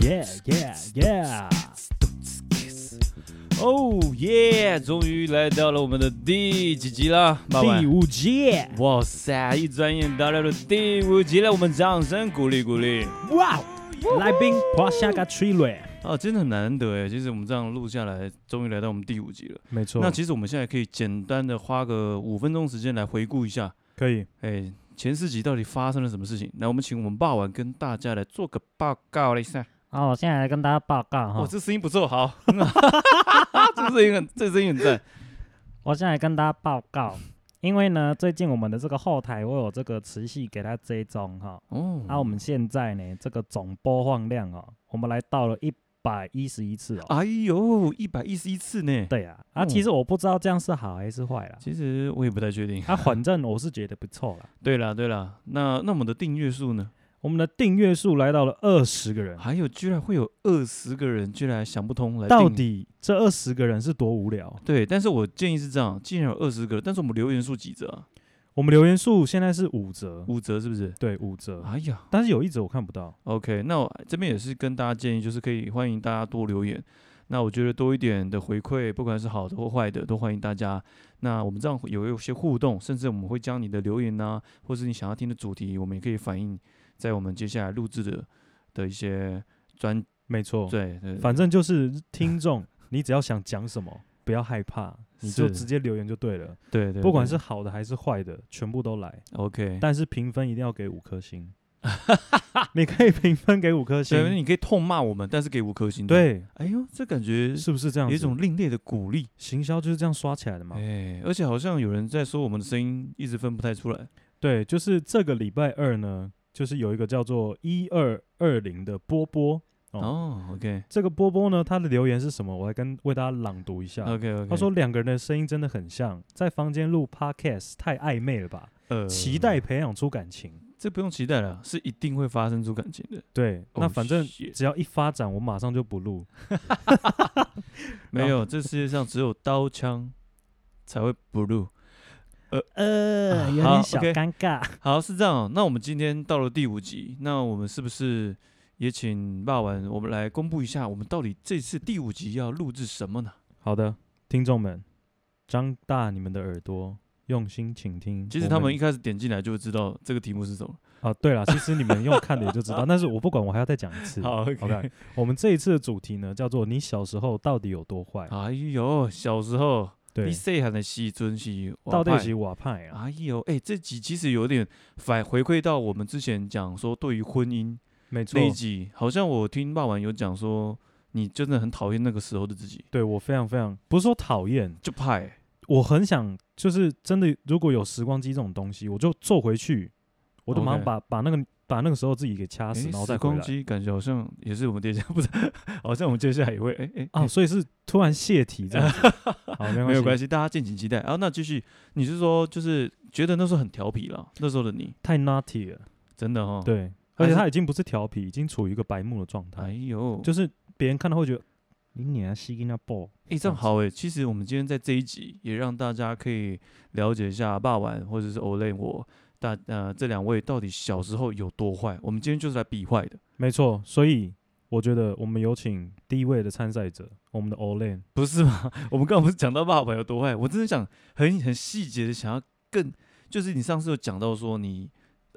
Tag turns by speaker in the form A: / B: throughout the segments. A: 耶耶耶！
B: 哦耶！终于来到了我们的第几集了？八万
A: 第五集，
B: 哇塞！一转眼到了第五集了，我们掌声鼓励鼓励。
A: 哇！来宾华夏嘎吹瑞，
B: 啊，真的很难得哎！其实我们这样录下来，终于来到我们第五集了。
A: 没错
B: 那其实我们现在可以简单的花个五分钟时间来回顾一下，
A: 可以。
B: 哎，前四集到底发生了什么事情？来，我们请我们霸王跟大家来做个报告了一下。
A: 好，我现在来跟大家报告
B: 哇、
A: 哈，
B: 这声音不错，好， 这声音很，这声音很赞。
A: 我现在来跟大家报告，因为呢，最近我们的这个后台我有这个持续给它追踪哈，
B: 哦，
A: 那、啊、我们现在呢，这个总播放量哦，我们来到了一百一十一次哦。
B: 哎呦，一百一十一次呢。
A: 对呀、啊，啊，
B: 嗯
A: 其实我不知道这样是好还是坏啦，
B: 其实我也不太确定。
A: 啊，反正我是觉得不错啦。
B: 对啦，对啦，那那我们的订阅数呢？
A: 我们的订阅数来到了二十个人，
B: 还有居然会有二十个人居然想不通来
A: 到
B: 订
A: 底这二十个人是多无聊？
B: 对，但是我建议是这样，既然有二十个，但是我们留言数几折啊？
A: 我们留言数现在是五折，
B: 五折是不是？
A: 对，五折。
B: 哎呀
A: 但是有一折我看不到，
B: ，OK，那我这边也是跟大家建议，就是可以欢迎大家多留言。那我觉得多一点的回馈，不管是好的或坏的，都欢迎大家。那我们这样有有些互动，甚至我们会将你的留言呐、或是你想要听的主题，我们也可以反映在我们接下来录制的的一些专
A: 没错，
B: 对对，
A: 反正就是听众，你只要想讲什么，不要害怕，你就是直接留言就对了，
B: 对对对，
A: 不管是好的还是坏的，全部都来。
B: OK，
A: 但是评分一定要给五颗星，你可以评分给五颗
B: 对，
A: 星，
B: 你可以痛骂我们，但是给五颗星。，
A: 对，
B: 哎呦，这感觉
A: 是不是这样
B: 有
A: 子？
B: 一种另类的鼓励。
A: 行销就是这样刷起来的嘛。
B: 哎，而且好像有人在说我们的声音一直分不太出来。
A: 对，就是这个礼拜二呢，就是有一个叫做一二二零的波波。哦
B: 哦，OK
A: 这个波波呢，他的留言是什么？我来跟为大家朗读一下。
B: 呃 OK OK，
A: 啊他说两个人的声音真的很像，在房间录 podcast 太暧昧了吧？
B: 呃
A: 期待培养出感情。
B: 这不用期待了，是一定会发生出感情的。
A: 对，那
B: Oh
A: 反正
B: shit
A: 只要一发展，我马上就不录。
B: 没有，这世界上只有刀枪 才会 blue。
A: 呃
B: 有点好小，OK
A: 尴尬。
B: 好，是这样哦。那我们今天到了第五集，那我们是不是也请霸王我们来公布一下，我们到底这次第五集要录制什么呢？
A: 好的，听众们，张大你们的耳朵，用心倾听。
B: 其实他们一开始点进来就会知道这个题目是 什么。
A: 啊，对了，其实你们用看的也就知道，但是我不管，我还要再讲一次。
B: 好
A: OK 我们这一次的主题呢，叫做“你小时候到底有多坏
B: 哎呦，小时候”。
A: 对
B: 你，细汉的时阵是瓦
A: 到底
B: 派
A: 是瓦派啊？
B: 哎呦，哎、这集其实有点反回馈到我们之前讲说对于婚姻
A: 没错
B: 那，一集，好像我听霸王有讲说，你真的很讨厌那个时候的自己，
A: 对我非常非常不是说讨厌，
B: 就怕、欸、
A: 我很想就是真的，如果有时光机这种东西，我就坐回去，我就马上
B: OK
A: 把把那个把那个时候自己给掐死，
B: 诶
A: 然后再
B: 时
A: 回
B: 光
A: 来
B: 机感觉好像也是我们接 下来不是，好像我们接下来也会哎哎、
A: 啊，所以是突然泄题这样 子。好，
B: 没
A: 没
B: 有
A: 有
B: 关
A: 关系，
B: 系，大家敬请期待。然、后那继续，你是说就是觉得那时候很调皮了，那时候的你
A: 太 naughty 了，
B: 真的哦，，
A: 对，
B: 还
A: 而且
B: 是
A: 他已经不是调皮，已经处于一个白目的状态
B: 哎。呦，
A: 就是别人看到会觉得你娘吸跟那爆，
B: 诶，这
A: 这样
B: 样
A: 子
B: 好诶，其实我们今天在这一集也让大家可以了解一下霸王或者是 Olay 我大呃这两位到底小时候有多坏。我们今天就是来比坏的，
A: 没错。所以我觉得我们有请第一位的参赛者，我们的 Olen。
B: 不是吗？我们刚刚不是讲到霸王有多坏？我真的想很很细节的想要更，就是你上次有讲到说你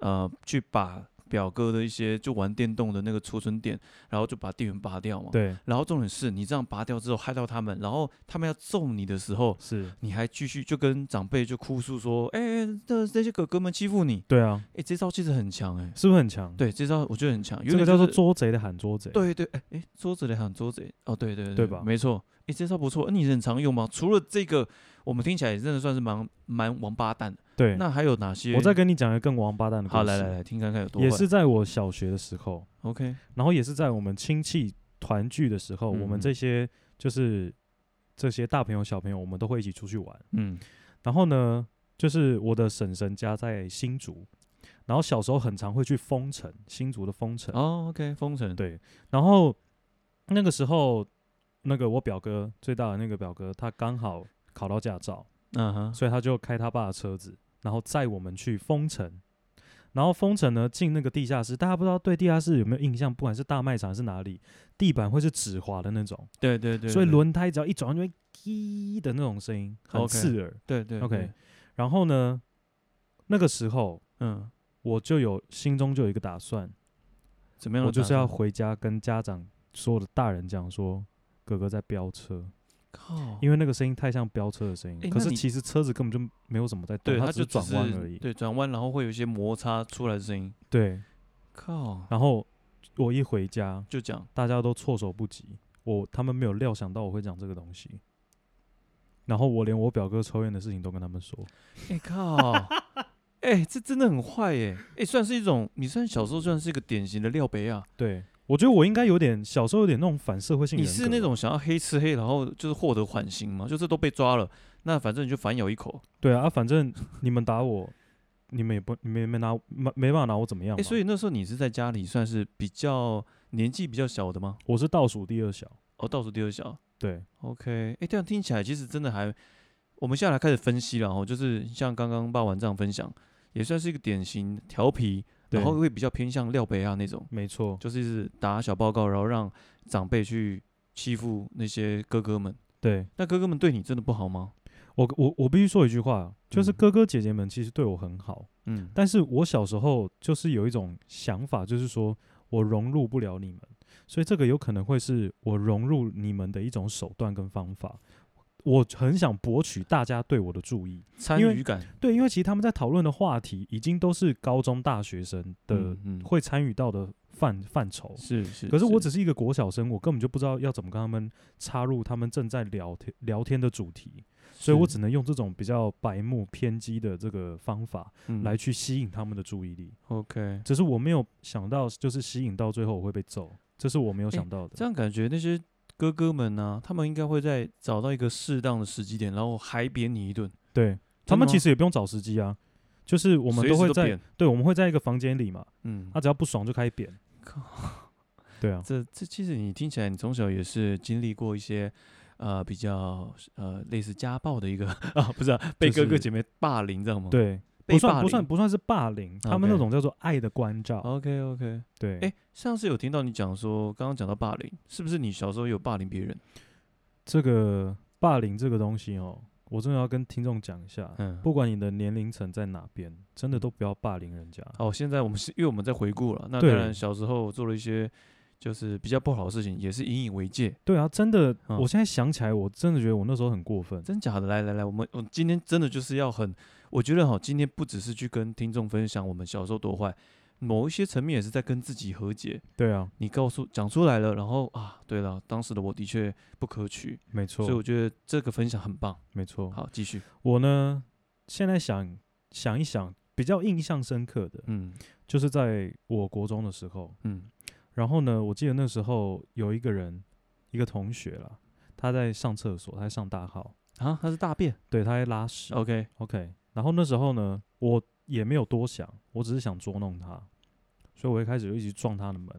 B: 呃去把表哥的一些就玩电动的那个储存点，然后就把电源拔掉嘛。。
A: 对，
B: 然后重点是你这样拔掉之后害到他们，然后他们要揍你的时候，
A: 是，
B: 你还继续就跟长辈就哭诉说，哎、这这些哥哥们欺负你，
A: 对啊，
B: 哎、这招其实很强哎、
A: 是不是很强？，
B: 对，这招我觉得很强，有
A: 这个
B: 点
A: 叫做
B: 就是，
A: 捉贼的喊捉贼。，
B: 对对，哎、哎，捉贼的喊捉贼，哦，对对对
A: 对吧
B: 没错，哎、这招不错，你很常用吗？除了这个，我们听起来也真的算是蛮蛮王八蛋的，
A: 对。
B: 那还有哪些？
A: 我再跟你讲一个更王八蛋的故事。
B: 好来来来，听看看有多
A: 也
B: 坏
A: 是在我小学的时候，
B: OK，
A: 然后也是在我们亲戚团聚的时候，我
B: 嗯
A: 们这些就是这些大朋友小朋友，我们都会一起出去玩。
B: 嗯，
A: 然后呢，就是我的婶婶家在新竹，然后小时候很常会去丰城，新竹的丰城。
B: 哦，OK，封城，
A: 对，然后那个时候，那个我表哥最大的那个表哥，他刚好考到驾照，
B: 嗯哼，
A: 所以他就开他爸的车子，然后载我们去丰城。然后封城呢，进那个地下室，大家不知道对地下室有没有印象？不管是大卖场还是哪里，地板会是止滑的那种，
B: 对对对，
A: 所以
B: 对
A: 轮胎只要一转弯就会“滴”的那种声音，很
B: OK
A: 刺耳。
B: 对对
A: OK
B: 对
A: 然后呢，那个时候
B: 嗯，
A: 我就有心中就有一个打算，
B: 怎么样的
A: 我
B: 打算？
A: 就是要回家跟家长所有的大人讲说，哥哥在飙车，
B: 靠，
A: 因为那个声音太像飙车的声音。
B: 诶
A: 可
B: 那
A: 是
B: 你
A: 其实车子根本就没有怎么在动，
B: 对，
A: 它
B: 它
A: 只是
B: 就
A: 转
B: 只
A: 弯
B: 是
A: 而已。
B: 对，转弯然后会有一些摩擦出来的声音。
A: 对，
B: 靠，
A: 然后我一回家，
B: 就讲
A: 大家都措手不及，我他们没有料想到我会讲这个东西。然后我连我表哥抽烟的事情都跟他们说，
B: 哎、靠！ 哎、这真的很坏耶！哎、算是一种，你算小时候算是一个典型的廖北亚，
A: 对我觉得我应该有点小时候有点那种反社会性
B: 你
A: 人格。啊
B: 是那种想要黑吃黑，然后就是获得缓刑嘛，就是都被抓了，那反正你就反咬一口。
A: 对啊啊，反正你们打我，你们也不你们也没拿没没办法拿我怎么样
B: 哎、
A: 嘛。
B: 所以那时候你是在家里算是比较年纪比较小的吗？
A: 我是倒数第二小，
B: 哦，倒数第二小。
A: 对
B: OK，哎、这样听起来其实真的还，我们现在来开始分析了哦，就是像刚刚霸王这样分享，也算是一个典型调皮，
A: 对，
B: 然后会比较偏向廖北亚那种。
A: 没错，
B: 就是一直打小报告，然后让长辈去欺负那些哥哥们。
A: 对
B: 那哥哥们对你真的不好吗？
A: 我我我必须说一句话，啊就是
B: 嗯
A: 哥哥姐姐们其实对我很好，
B: 嗯，
A: 但是我小时候就是有一种想法，就是说我融入不了你们，所以这个有可能会是我融入你们的一种手段跟方法。我很想博取大家对我的注意，
B: 参
A: 因为
B: 与感
A: 对，因为其实他们在讨论的话题已经都是高中大学生的
B: 嗯嗯
A: 会参与到的范范畴。
B: 是是，
A: 可是我只是一个国小生，我根本就不知道要怎么跟他们插入他们正在聊天聊天的主题，所以我只能用这种比较白目偏激的这个方法
B: 嗯
A: 来去吸引他们的注意力。
B: OK。
A: 只是我没有想到，就是吸引到最后我会被揍，这是我没有想到的。
B: 这样感觉那些哥哥们呢、他们应该会在找到一个适当的时机点，然后还扁你一顿。
A: 对他们
B: 吗
A: 其实也不用找时机啊，就是我们
B: 随
A: 都
B: 时
A: 会
B: 都
A: 在
B: 扁
A: 对我们会在一个房间里嘛，
B: 嗯
A: 他、，只要不爽就开始扁
B: 靠。
A: 对啊，
B: 这这其实你听起来，你从小也是经历过一些。呃，比较呃类似家暴的一个 啊，不是、啊、被
A: 就
B: 哥哥
A: 是
B: 姐妹霸凌，这样吗？，
A: 对，
B: 被
A: 不
B: 霸
A: 算
B: 凌
A: 不算不算是霸凌，他们那
B: OK 哦
A: 种叫做爱的关照。
B: OK OK，
A: 对，
B: 哎、上次有听到你讲说，刚刚讲到霸凌，是不是你小时候有霸凌别人？
A: 这个霸凌这个东西哦，我真的要跟听众讲一下，
B: 嗯，
A: 不管你的年龄层在哪边，真的都不要霸凌人家。
B: 好，哦现在我们是因为我们在回顾了，那当
A: 对
B: 然小时候做了一些就是比较不好的事情，也是引以为戒，
A: 对啊，真的，
B: 嗯
A: 我现在想起来，我真的觉得我那时候很过分。
B: 真假的？来来来，我们我今天真的就是要很，我觉得哈，今天不只是去跟听众分享我们小时候多坏，某一些层面也是在跟自己和解。
A: 对啊，
B: 你告诉讲出来了，然后啊，对了，当时的我的确不可取，
A: 没
B: 所以我
A: 错，
B: 觉得这个分享很棒。
A: 没错。
B: 好，继续，
A: 我呢，现在想想一想，比较印象深刻的，
B: 嗯
A: 就是在我国中的时候，
B: 嗯
A: 然后呢，我记得那时候有一个人，一个同学啦，他在上厕所，他在上大号，
B: 啊，他是大便
A: 对，他在拉屎。
B: ，OK，
A: OK，然后那时候呢，我也没有多想，我只是想捉弄他，所以我一开始就一直撞他的门。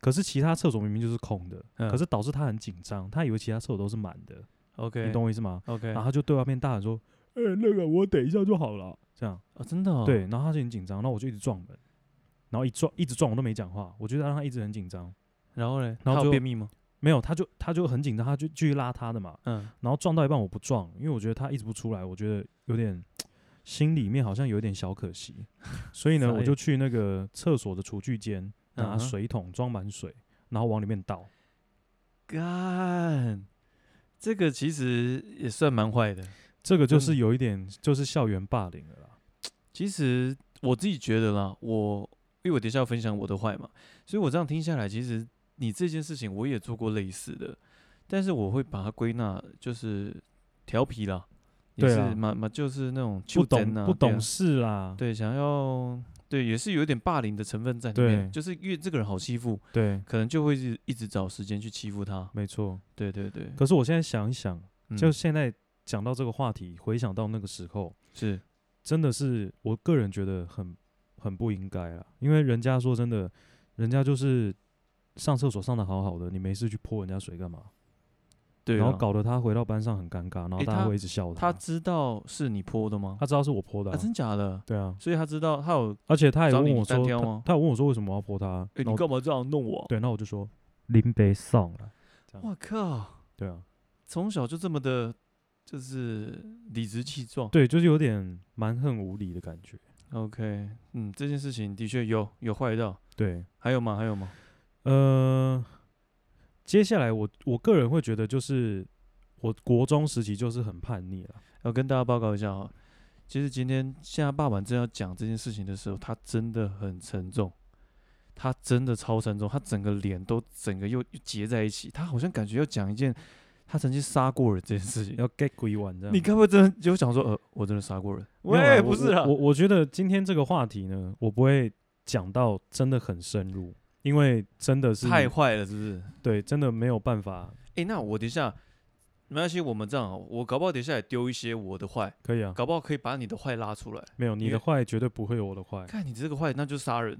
A: 可是其他厕所明明就是空的，
B: 嗯
A: 可是导致他很紧张，他以为其他厕所都是满的，
B: OK，
A: 你懂我意啊思吗？
B: OK，
A: 然后他就对外面大喊说：“呃、那个我等一下就好了。”这样
B: 啊，真的、哦，
A: 对，然后他就很紧张，然后我就一直撞门，然后一撞一直撞我都没讲话，我觉得让他一直很紧张。
B: 然后嘞，
A: 然后
B: 他有
A: 就
B: 便秘吗？
A: 没有，他就他就很紧张，他就继续拉他的嘛，
B: 嗯，
A: 然后撞到一半我不撞，因为我觉得他一直不出来，我觉得有点心里面好像有点小可惜， 所以
B: 傻
A: 呢，我
B: 眼
A: 就去那个厕所的厨具间拿
B: 嗯哼
A: 水桶装满水，然后往里面倒。
B: 干，这个其实也算蛮坏的。
A: 这个就
B: 真
A: 是有一点就是校园霸凌了啦。
B: 其实我自己觉得啦，我因为我等一下要分享我的坏嘛，所以我这样听下来，其实你这件事情我也做过类似的，但是我会把它归纳就是调皮啦，也
A: 对
B: 是
A: 啊
B: 蛮蛮就是那种
A: 不
B: 就
A: 懂
B: 真啊
A: 不
B: 对啊
A: 懂事啦，
B: 对，想要对也是有一点霸凌的成分在里面，
A: 对
B: 就是因为这个人好欺负，
A: 对，
B: 可能就会一直一直找时间去欺负他。
A: 没错。
B: 对对对，
A: 可是我现在想一想，
B: 嗯
A: 就现在讲到这个话题，回想到那个时候，
B: 是
A: 真的是我个人觉得很很不应该啦，因为人家说真的，人家就是上厕所上的好好的，你没事去泼人家水干嘛？
B: 对啊，
A: 然后搞得他回到班上很尴尬，然后
B: 诶
A: 大家
B: 他
A: 会一直笑
B: 他知道是你泼的吗？
A: 他知道是我泼的、
B: 啊，
A: 啊，
B: 真假的？
A: 对啊，
B: 所以他知道他有，
A: 而且他也
B: 找你
A: 问我
B: 单
A: 说，
B: 挑
A: 他
B: 吗
A: 他有问我说为什么要泼他，啊
B: 哎、
A: 然
B: 你
A: 后
B: 干嘛这样弄我？
A: 对，那我就说林北上了，
B: 我靠，
A: 对啊，
B: 从小就这么的，就是理直气壮。
A: 对，就是有点蛮横无理的感觉，
B: OK，嗯，这件事情的确有有坏到，
A: 对，
B: 还有吗？还有吗？
A: 呃，接下来我我个人会觉得就是我国中时期就是很叛逆了，
B: 要跟大家报告一下哈，其实今天现在爸爸正要讲这件事情的时候，他真的很沉重，他真的超沉重，他整个脸都整个又又结在一起，他好像感觉要讲一件他曾经杀过人这件事情。
A: 要 get 鬼玩这样。
B: 你该不会真的就想说，呃，我真的杀过人？
A: 没有啦
B: 喂，
A: 我
B: 不是啦，
A: 我我我觉得今天这个话题呢，我不会讲到真的很深入，因为真的是
B: 太坏了，是不是？
A: 对，真的没有办法。
B: 诶，那我等一下没关系，我们这样好，我搞不好等一下也丢一些我的坏，
A: 可以啊，
B: 搞不好可以把你的坏拉出来。
A: 没有你
B: 因为
A: 的坏绝对不会有我的坏，
B: 看你这个坏，那就杀人。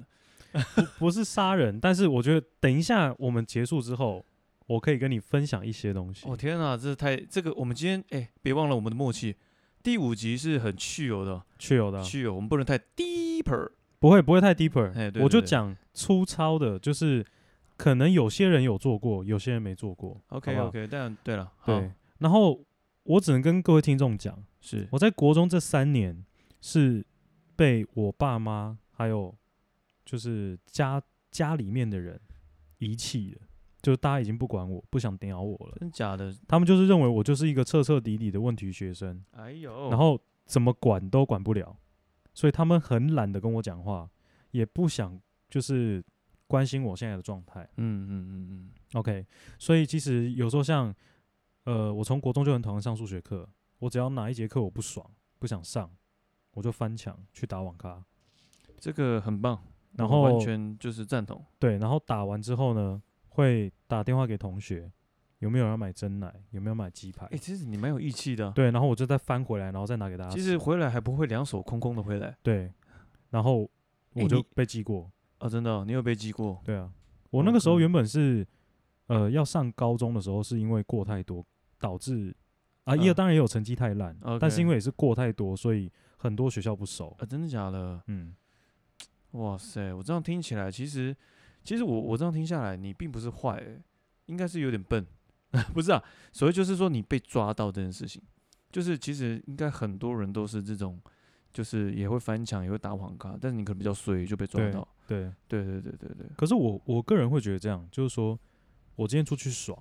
A: 不是杀人，但是我觉得等一下我们结束之后，我可以跟你分享一些东西。
B: 哦天啊，这太这个，我们今天哎，别忘了我们的默契。第五集是很去油的，
A: 确有的啊、
B: 去油，我们不能太 deeper。
A: 不会不会太 deeper，、
B: 哎对
A: 我就
B: 对对
A: 讲粗糙的，就是可能有些人有做过，有些人没做过。
B: OK
A: 好不好
B: OK，但对了，好
A: 对，然后我只能跟各位听众讲，
B: 是
A: 我在国中这三年是被我爸妈还有就是家家里面的人遗弃的，就是大家已经不管我，不想鸟我了。
B: 真假的？
A: 他们就是认为我就是一个彻彻底底的问题学生，
B: 哎呦，
A: 然后怎么管都管不了，所以他们很懒得跟我讲话，也不想就是关心我现在的状态。
B: 嗯嗯嗯嗯，
A: OK，所以其实有时候像，呃，我从国中就很讨厌上数学课，我只要哪一节课我不爽、不想上，我就翻墙去打网咖，
B: 这个很棒，
A: 然
B: 我完
A: 后
B: 全就是赞同。
A: 对，然后打完之后呢，会打电话给同学，有没有人要买真奶，有没有买鸡排
B: 哎，，其实你蛮有义气的啊。
A: 对，然后我就再翻回来，然后再拿给大家吃。
B: 其实回来还不会两手空空的回来
A: 对，然后
B: 哎
A: 我就
B: 你
A: 被记过，
B: 哦，真的哦，你有被记过？
A: 对啊，我那个时候
B: OK
A: 原本是，呃，要上高中的时候是因为过太多导致啊，一、
B: 嗯
A: 二当然也有成绩太烂
B: OK
A: 但是因为也是过太多，所以很多学校不收
B: 啊，。真的假的？
A: 嗯，
B: 哇塞，我这样听起来，其实其实我我这样听下来，你并不是坏、欸，应该是有点笨， 不是啊？所谓就是说你被抓到这件事情，就是其实应该很多人都是这种，就是也会翻墙，也会打网咖，但是你可能比较衰就被抓
A: 对
B: 到。
A: 对。
B: 对对对对对，
A: 可是我我个人会觉得这样，就是说我今天出去爽，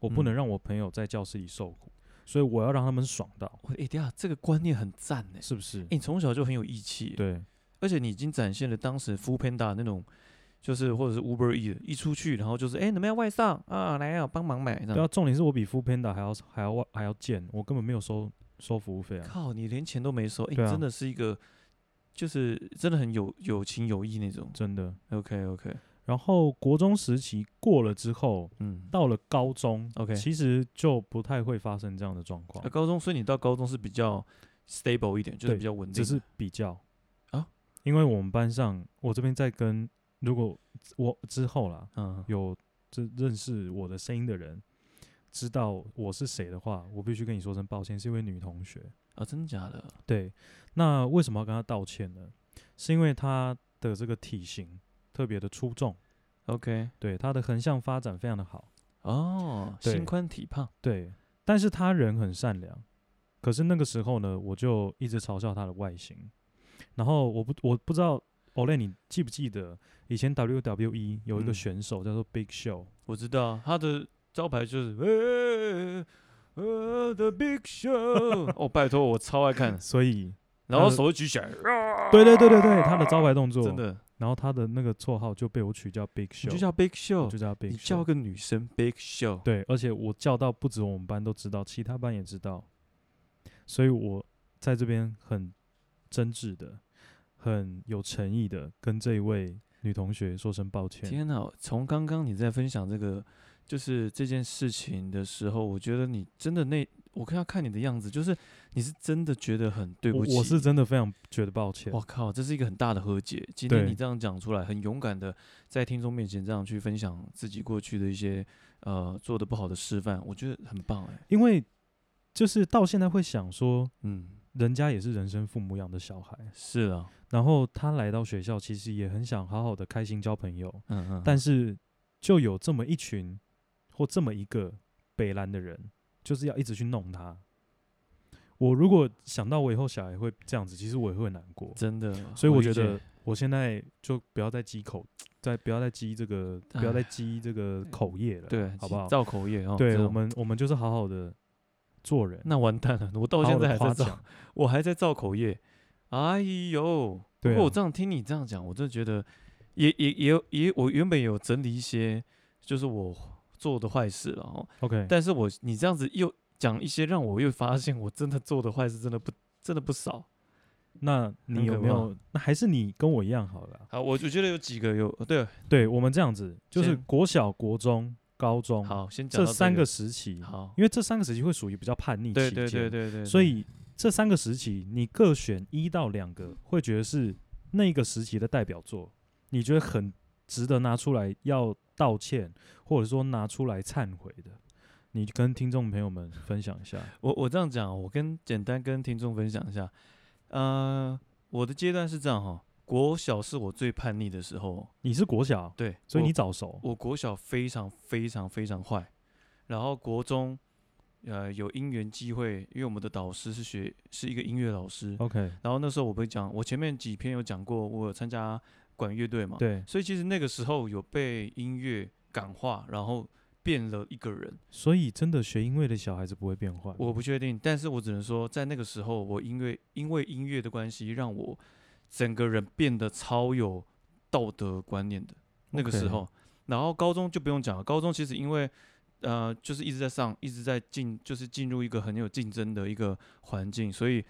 A: 我不能
B: 嗯
A: 让我朋友在教室里受苦，所以我要让他们爽到，
B: 我哎、等一下这个观念很赞呢、欸，
A: 是不是？
B: 你从小就很有义气欸、
A: 对
B: 而且你已经展现了当时 f o o Panda 那种。就是或者是 Uber E 的，一出去然后就是哎、欸，能不能外上啊？来啊，帮忙买这样。
A: 对啊，重点是我比 f o o Panda 还要还要还要贱，我根本没有收收服务费啊。
B: 靠，你连钱都没收，哎、
A: 对
B: 你
A: 啊
B: 真的是一个，就是真的很有有情有义那种。
A: 真的，
B: OK OK，
A: 然后国中时期过了之后，
B: 嗯，
A: 到了高中
B: OK
A: 其实就不太会发生这样的状况
B: 那、，高中，所以你到高中是比较 stable 一点，就是
A: 对
B: 比较稳定
A: 只
B: 的，
A: 是比较
B: 啊，
A: 因为我们班上，我这边在跟如果我之后啦
B: 嗯，
A: 有这认识我的声音的人知道我是谁的话，我必须跟你说声抱歉，是一位女同学。
B: 啊，真的假的？
A: 对，那为什么要跟她道歉呢？是因为她的这个体型特别的出众，
B: OK，
A: 对她的横向发展非常的好。
B: 哦，
A: 对
B: 心宽体胖，
A: 对，但是他人很善良。可是那个时候呢，我就一直嘲笑他的外形。然后我不我不知道 Olay 你记不记得以前 WWE 有一个
B: 嗯
A: 选手叫做 Big Show，、
B: 我知道他的招牌就是呃呃 The Big Show，哦，拜托，我超爱看的，
A: 所以
B: 然
A: 他
B: 后
A: 的
B: 手会举起来，
A: 对对对对对，他的招牌动作，
B: 真。的，
A: 然后他的那个绰号就被我取叫 Big
B: 你
A: Show，
B: 就叫 Big
A: 我
B: Show，
A: 就叫 Big
B: 你叫
A: Show。
B: 个女生 Big Show，
A: 对，而且我叫到不止我们班都知道，其他班也知道，所以我在这边很真挚的、很有诚意的跟这一位女同学说声抱歉。
B: 天哪！从刚刚你在分享这个，就是这件事情的时候，我觉得你真的那，我看要看你的样子，就是你是真的觉得很对
A: 我
B: 不起。
A: 我是，真的非常觉得抱歉
B: 我，靠，这是一个很大的和解。今天
A: 对
B: 你这样讲出来，很勇敢的在听众面前这样去分享自己过去的一些呃做的不好的示范，我觉得很棒哎、
A: 因为就是到现在会想说，
B: 嗯，
A: 人家也是人生父母养的小孩，
B: 是啊，
A: 然后他来到学校，其实也很想好好的开心交朋友，
B: 嗯嗯，
A: 但是就有这么一群或这么一个北兰的人，就是要一直去弄他。我如果想到我以后小孩会这样子，其实我也会难 过，
B: 真的，
A: 所以我
B: 理
A: 觉
B: 解
A: 得我现在就不要再积口，再不要再积这个，不要再积这个口业了，
B: 对，
A: 好不好？
B: 造口业哦，
A: 对
B: 这
A: 我
B: 种
A: 们，我们就是好好的做人，
B: 那完蛋了，我到
A: 好
B: 现
A: 好地
B: 在还
A: 夸
B: 在造，
A: 奖，
B: 我还在造口业，哎呦，
A: 对
B: 不过我
A: 啊
B: 这样听你这样讲，我真的觉得也也也有也，我原本有整理一些就是我做的坏事了哦，
A: ，OK，
B: 但是我你这样子又讲一些，让我又发现我真的做的坏事真的不真的不少。
A: 那你
B: 很
A: 有
B: 可
A: 没有？那还是你跟我一样好了啊、
B: 好，我我觉得有几个有对，
A: 对我们这样子，就是
B: 先
A: 国小、国中、高中
B: 好，先讲
A: 这
B: 到
A: 三
B: 个
A: 个，时期，
B: 好，
A: 因为这三个时期会属于比较叛逆期
B: 对
A: 间，
B: 对对对对，
A: 所
B: 对
A: 以这三个时期你各选一到两个，会觉得是那个时期的代表作，你觉得很值得拿出来要道歉，或者说拿出来忏悔的，你跟听众朋友们分享一下。
B: 我我这样讲，哦我跟简单跟听众分享一下，呃，我的阶段是这样哈、国小是我最叛逆的时候，
A: 你是国小，
B: 对，
A: 所以
B: 我
A: 你早熟，
B: 我国小非常非常非常坏，然后国中，呃，有因缘机会，因为我们的导师是学是一个音乐老师，
A: OK，
B: 然后那时候我不会讲，我前面几篇有讲过，我有参加管乐队嘛，，
A: 对，
B: 所以其实那个时候有被音乐感化，然后变了一个人，
A: 所以真的学音乐的小孩子不会变坏。
B: 我不确定，但是我只能说，在那个时候，我因为因为音乐的关系，让我整个人变得超有道德观念的。那个时
A: OK
B: 候，然后高中就不用讲了，高中其实因为呃，就是一直在上，一直在进，就是进入一个很有竞争的一个环境，所以。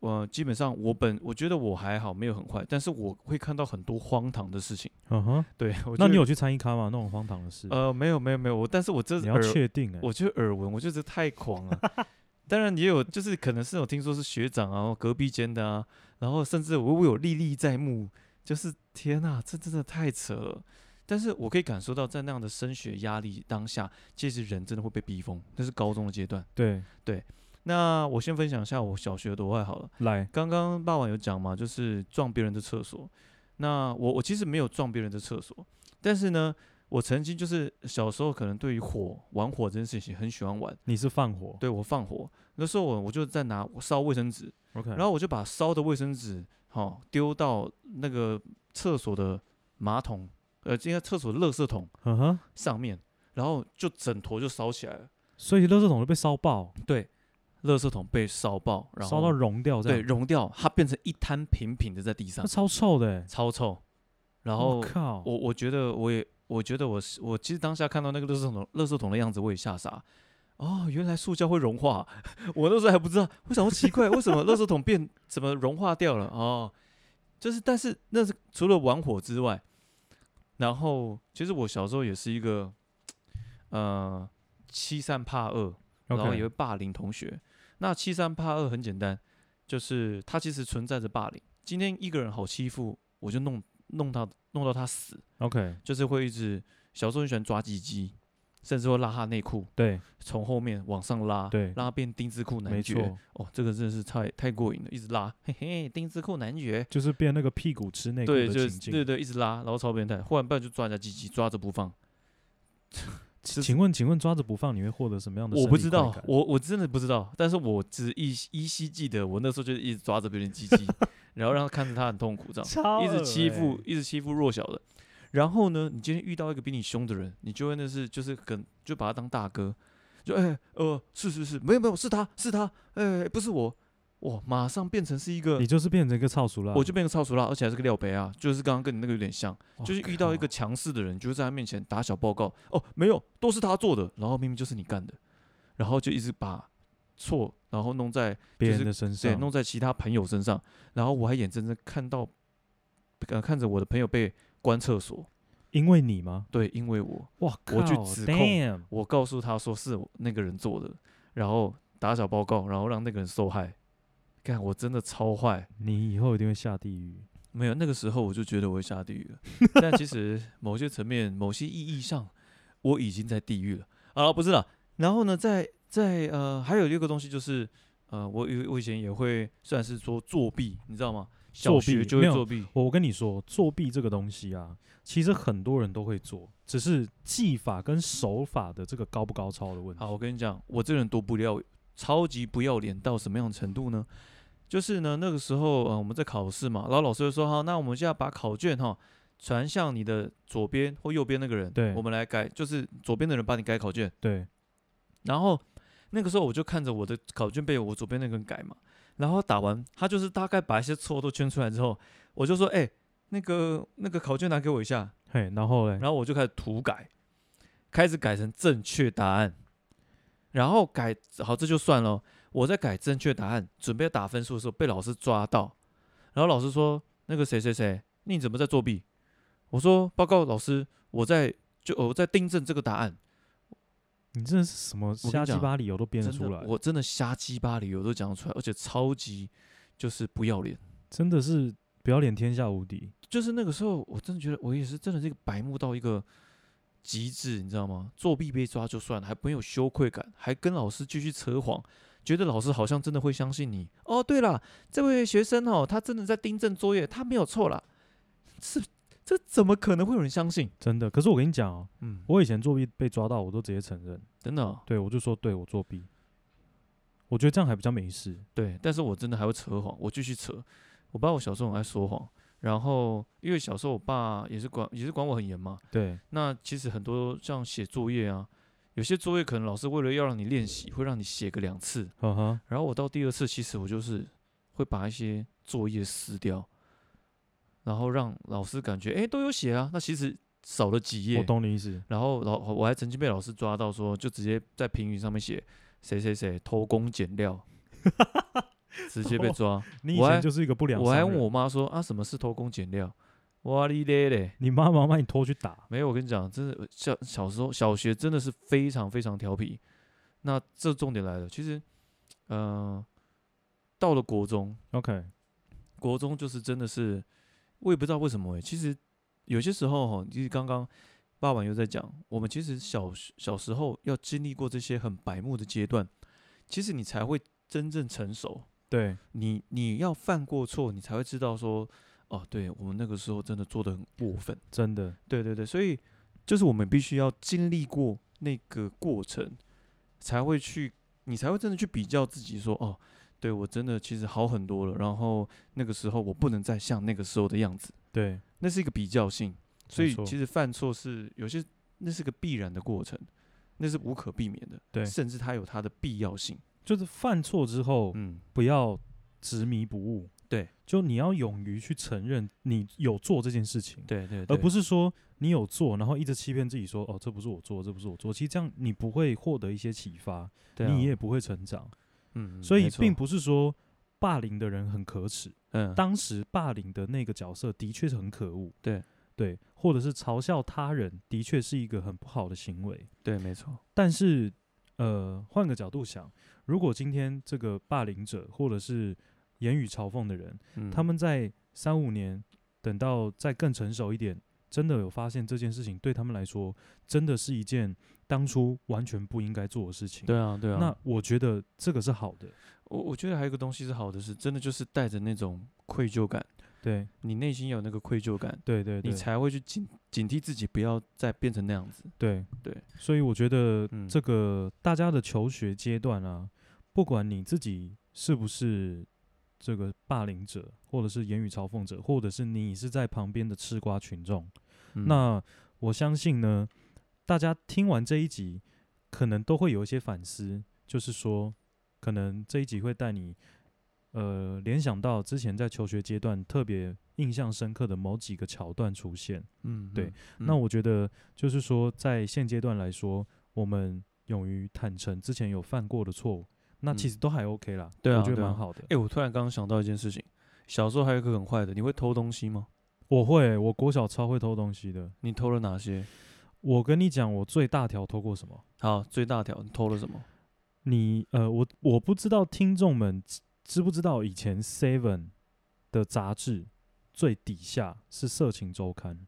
B: 呃，基本上我本我觉得我还好，没有很坏，但是我会看到很多荒唐的事情。
A: 嗯哼，
B: 对，我
A: 那
B: 就
A: 你有去参与咖吗？那种荒唐的事，
B: 呃没有没有没有，我但是我这
A: 你要
B: 耳
A: 确定哎、
B: 我觉得耳闻，我觉得这太狂了。当然也有，就是可能是有听说是学长啊，隔壁间的啊，然后甚至我我有历历在目，就是天呐，这真的太扯了。但是我可以感受到，在那样的升学压力当下，其实人真的会被逼疯。那是高中的阶段。
A: 对，
B: 那我先分享一下我小学有多坏好了。
A: 来，
B: 刚刚爸爸有讲嘛，就是撞别人的厕所。那我我其实没有撞别人的厕所，但是呢，我曾经就是小时候可能对于火玩火这件事情很喜欢玩。
A: 你是放火
B: 对我放火，那时候我我就在拿烧卫生纸，
A: ，OK，
B: 然后我就把烧的卫生纸好丢到那个厕所的马桶，呃，应该厕所的垃圾桶
A: 嗯哼，
B: 上面，然后就整坨就烧起来了。
A: 所以垃圾桶都被烧爆，
B: 对，垃圾桶被烧爆，然后
A: 烧到融掉这
B: 对
A: 样，
B: 融掉，它变成一滩平平的在地上
A: 那，超臭的、欸，
B: 超臭。然
A: 我
B: 后
A: 靠，
B: 我我觉得我也我觉得我是我其实当下看到那个垃圾桶垃圾桶的样子，我也吓傻。哦，原来塑胶会融化， 我那时候还不知道，我想说奇怪，为什么垃圾桶变怎么融化掉了？哦，就是但是那是除了玩火之外，然后其实我小时候也是一个呃欺善怕恶，然后
A: OK
B: 也会霸凌同学。那欺善怕恶很简单，就是它其实存在着霸凌。今天一个人好欺负，我就弄弄他弄到他死，
A: OK，
B: 就是会一直小时候很喜欢抓鸡鸡，甚至会拉他内裤，
A: 对，
B: 从后面往上拉，
A: 对
B: 拉变丁字裤男
A: 没
B: 爵
A: 错。，
B: 哦，这个真的是太太过瘾了，一直拉，嘿嘿，丁字裤男爵。
A: 就是变那个屁股吃内裤
B: 对，
A: 的
B: 就
A: 情
B: 是对
A: 境。
B: 对，一直拉，然后超变态，忽然不然就抓人家鸡鸡，抓着不放。
A: 请请问，请问抓着不放，你会获得什么样的？
B: 我不知道，我我真的不知道，但是我只依依稀记得，我那时候就一直抓着别人鸡鸡， 然后让他看着他很痛苦，这样
A: 超欸
B: 一直欺负，一直欺负弱小的。然后呢，你今天遇到一个比你凶的人，你就会那是就是跟就把他当大哥，就哎、呃是是是，没有没有是他是他，哎、不是我，哇马上变成是一个
A: 你，就是变成一个操熟了。
B: 我就变成超熟了，而且还是个廖北啊，就是刚刚跟你那个有点像，
A: 哇
B: 就是遇到一个强势的人，就会在他面前打小报告，哦没有都是他做的，然后明明就是你干的，然后就一直把错然后弄在
A: 靠别
B: 就
A: 人
B: 是
A: 的身
B: 对，
A: 上，
B: 弄在其他朋友身上，然后我还眼睁睁看到，呃，看着我的朋友被关厕所，
A: 因为你吗？
B: 对，因为我，
A: 哇靠，
B: 我去指控
A: damn
B: 我告诉他说是我那个人做的，然后打小报告，然后让那个人受害，看我真的超坏，
A: 你以后一定会下地狱。
B: 没 有那个时候我就觉得我会下地狱了，但其实某些层面、某些意义上，我已经在地狱了啊，不是啦。然后呢，在在呃，还有一个东西就是，呃，我有我以前也会算是说作弊，你知道吗？小
A: 作
B: 学
A: 弊
B: 就会
A: 没有
B: 作弊，
A: 我我跟你说，作弊这个东西啊，其实很多人都会做，只是技法跟手法的这个高不高超的问题
B: 好，。我跟你讲，我这个人多不要，超级不要脸到什么样的程度呢？就是呢，那个时候呃我们在考试嘛，然后老师就说哈，那我们现在把考卷哈传向你的左边或右边那个人，
A: 对
B: 我们来改，就是左边的人帮你改考卷，
A: 对，
B: 然后那个时候我就看着我的考卷被我左边那个人改嘛，然后打完他就是大概把一些错都圈出来之后，我就说哎、那个那个考卷拿给我一下，
A: 嘿，然后嘞，
B: 然后我就开始涂改，开始改成正确答案，然后改好这就算了哦。我在改正确答案，准备打分数的时候被老师抓到，然后老师说：“那个谁谁谁，你怎么在作弊？”我说：“报告老师，我在就我在订正这个答案，
A: 你真的是什么
B: 跟你
A: 瞎鸡
B: 讲
A: 巴理由都编
B: 真
A: 得
B: 的
A: 出来，
B: 我真的瞎鸡巴理由都讲得出来，而且超级就是不要脸。
A: 真的是不要脸天下无敌。
B: 就是那个时候，我真的觉得我也是真的是一个白目到一个极致，你知道吗？作弊被抓就算了，还没有羞愧感，还跟老师继续扯谎，觉得老师好像真的会相信你。哦，对了，这位学生哦，他真的在订正作业，他没有错啦。是这怎么可能会有人相信？
A: 真的，可是我跟你讲哦，
B: 嗯，
A: 我以前作弊被抓到，我都直接承认，
B: 真的哦、
A: 对我就说对我作弊，我觉得这样还比较没事。
B: 对，但是我真的还会扯谎，我继续扯。我爸我小时候很爱说谎，然后因为小时候我爸也是管也是管我很严嘛，
A: 对，
B: 那其实很多像写作业啊，有些作业可能老师为了要让你练习，会让你写个两次。
A: 呵呵，
B: 然后我到第二次，其实我就是会把一些作业撕掉，然后让老师感觉哎、诶都有写啊，那其实少了几
A: 我
B: 页。
A: 懂你意思。
B: 然后老我还曾经被老师抓到说，就直接在评语上面写谁谁谁偷工减料， 直接被抓。
A: 你以
B: 我还
A: 前就是哦一个不良
B: 我
A: 商
B: 还
A: 人。
B: 问我妈说啊，什么是偷工减料？哇哩咧嘞！
A: 你妈妈把你拖去打，
B: 没有，我跟你讲，真的呃小小时候小学真的是非常非常调皮。那这重点来了，其实，呃，到了国中，
A: OK，
B: 国中就是真的是，我也不知道为什么诶、欸其实有些时候哈，就是刚刚爸爸又在讲，我们其实小时小时候要经历过这些很白目的阶段，其实你才会真正成熟。
A: 对，
B: 你你要犯过错，你才会知道说，哦，对我们那个时候真的做的很过分。
A: 真的，
B: 对对对，所以就是我们必须要经历过那个过程，才会去，你才会真的去比较自己说，哦，对我真的其实好很多了。然后那个时候我不能再像那个时候的样子，
A: 对，
B: 那是一个比较性。所
A: 没
B: 以
A: 错
B: 其实犯错是有些，那是个必然的过程，那是无可避免的。
A: 对
B: 甚至它有它的必要性。
A: 就是犯错之后、
B: 嗯，
A: 不要执迷不悟，
B: 对，
A: 就你要勇于去承认你有做这件事情，
B: 对对
A: 而不
B: 是
A: 是说你有做，然后一直欺骗自己说哦这不是我做，这不是我做，其实这样你不会获得一些启发，你也不会成长，
B: 啊嗯，
A: 所以并
B: 不
A: 不是说。霸凌的人很可耻，
B: 嗯
A: 当时霸凌的那个角色的确是很可恶，
B: 对
A: 对，或者是嘲笑他人的确是一个很不好的行为，
B: 对没错，
A: 但是，呃，换个角度想，如果今天这个霸凌者或者是言语嘲讽的人，
B: 嗯
A: 他们在三五年等到再更成熟一点，真的有发现这件事情对他们来说真的是一件当初完全不应该做的事情。
B: 对啊对啊，
A: 那我觉得这个是好的，
B: 我我觉得还有一个东西是好的是，真的就是带着那种愧疚感，
A: 对
B: 你内心有那个愧疚感，
A: 对对
B: 你
A: 对，
B: 才会去警警惕自己，不要再变成那样子。
A: 对
B: 对，
A: 所以我觉得
B: 嗯
A: 这个大家的求学阶段啊，不管你自己是不是这个霸凌者，或者是言语嘲讽者，或者是你是在旁边的吃瓜群众，
B: 嗯
A: 那我相信呢，大家听完这一集，可能都会有一些反思，就是说，可能这一集会带你，呃，联想到之前在求学阶段特别印象深刻的某几个桥段出现。
B: 嗯
A: 对
B: 嗯
A: 那
B: 嗯
A: 我觉得就是说，在现阶段来说，我们勇于坦诚之前有犯过的错误，那其
B: 嗯
A: 实都还 OK 啦，
B: 对啊
A: 我觉得
B: 对啊
A: 蛮好的。
B: 诶，我突然刚刚想到一件事情，小时候还有一个很坏的，你会偷东西吗？
A: 我会，我国小超会偷东西的。
B: 你偷了哪些？
A: 我跟你讲，我最大条偷过什么？
B: 好，最大条，你偷了什么？
A: 你呃，我我不知道听众们知知不知道，以前 Seven 的杂志最底下是色情周刊，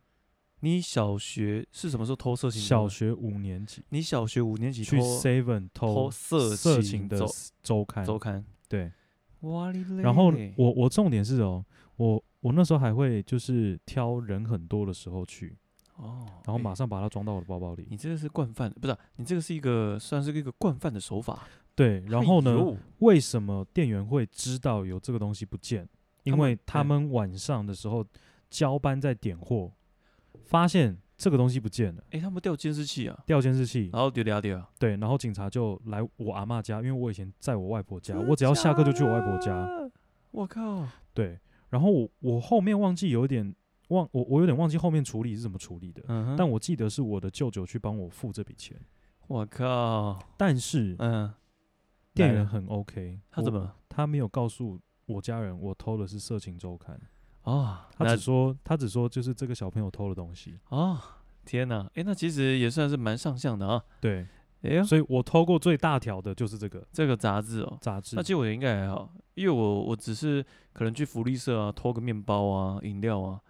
B: 你小学是什么时候偷色情？
A: 小，学五年级
B: 你小学五年级
A: 去
B: 偷
A: Seven 偷
B: 偷色
A: 色情
B: 情
A: 的
B: 周
A: 周刊，
B: 周刊，
A: 对。
B: 哇哩嘞
A: 然后我我重点是哦，我我那时候还会就是挑人很多的时候去，
B: 哦，
A: 然后
B: 哎
A: 马上把它装到我的包包里。
B: 你这个是惯犯，不是啊、你这个是一个算是一个惯犯的手法。
A: 对，然后呢
B: 哎，呦
A: 为什么店员会知道有这个东西不见？因
B: 们
A: 为他
B: 对
A: 们晚上的时候交班在点货，发现这个东西不见了，
B: 哎、他们掉监视器啊，
A: 掉监视器，
B: 然后丢掉掉。
A: 对，然后警察就来我阿嬷家，因为我以前在我外婆家，我只要下课就去我外婆家，。
B: 啊我靠，
A: 对，然后我我后面忘记有一点忘我我有点忘记后面处理是怎么处理的，
B: 嗯哼，
A: 但我记得是我的舅舅去帮我付这笔钱，
B: 我靠，
A: 但是
B: 嗯，
A: 店
B: 来
A: 员
B: 了
A: 很 OK，
B: 他怎
A: 我
B: 么了？
A: 他没有告诉我家人我偷的是色情周刊。
B: 哦，
A: 他
B: 那
A: 只说，他只说就是这个小朋友偷了东西，
B: 哦，天哪，哎、那其实也算是蛮上相的啊。
A: 对，
B: 哎呦，
A: 所以我偷过最大条的就是这个
B: 这个杂志哦，
A: 杂志
B: 那，其实我应该还好，因为我我只是可能去福利社啊偷个面包啊、饮料啊，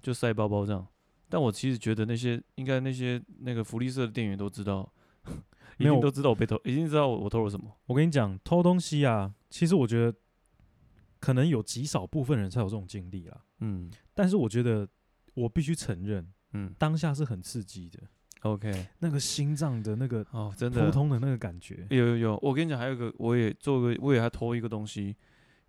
B: 就塞包包这样。但我其实觉得那些应该那些那个福利社的店员都知道，一
A: 没有
B: 定都知道我被偷，一定知道我我偷了什么。
A: 我跟你讲，偷东西啊，其实我觉得可能有极少部分人才有这种经历啦，
B: 嗯
A: 但是我觉得我必须承认，
B: 嗯
A: 当下是很刺激的，
B: ，OK，
A: 那个心脏的那个
B: 哦，真
A: 扑
B: 的
A: 通的那个感觉，
B: 有有有，我跟你讲，还有一个我也做个，我也还偷一个东西。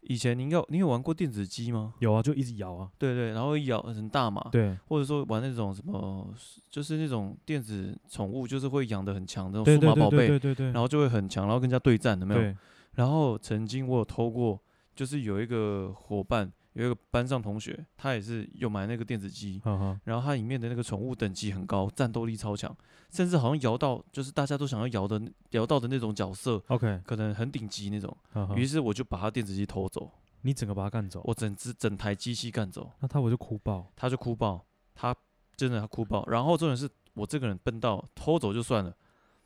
B: 以前你应该有你有玩过电子鸡吗？
A: 有啊，就一直摇啊，
B: 对对，然后咬很大嘛，
A: 对
B: 或者说玩那种什么，就是那种电子宠物，就是会养的很强的那种
A: 对
B: 数
A: 对
B: 码
A: 对
B: 宝贝，
A: 对对对对，
B: 然后就会很强，然后跟人家对战，有没有？
A: 对
B: 然后曾经我有偷过，就是有一个伙伴，有一个班上同学，他也是有买那个电子鸡，
A: 哈哈，
B: 然后它里面的那个宠物等级很高，战斗力超强，甚至好像摇到就是大家都想要摇的摇到的那种角色，
A: OK，
B: 可能很顶级那种。
A: 哈哈
B: 于，是我就把他电子鸡偷走，
A: 你整个把他干走，
B: 我整只整台机器干走，
A: 那他我就哭爆，
B: 他就哭爆，他真的他哭爆。然后重点是我这个人笨到偷走就算了，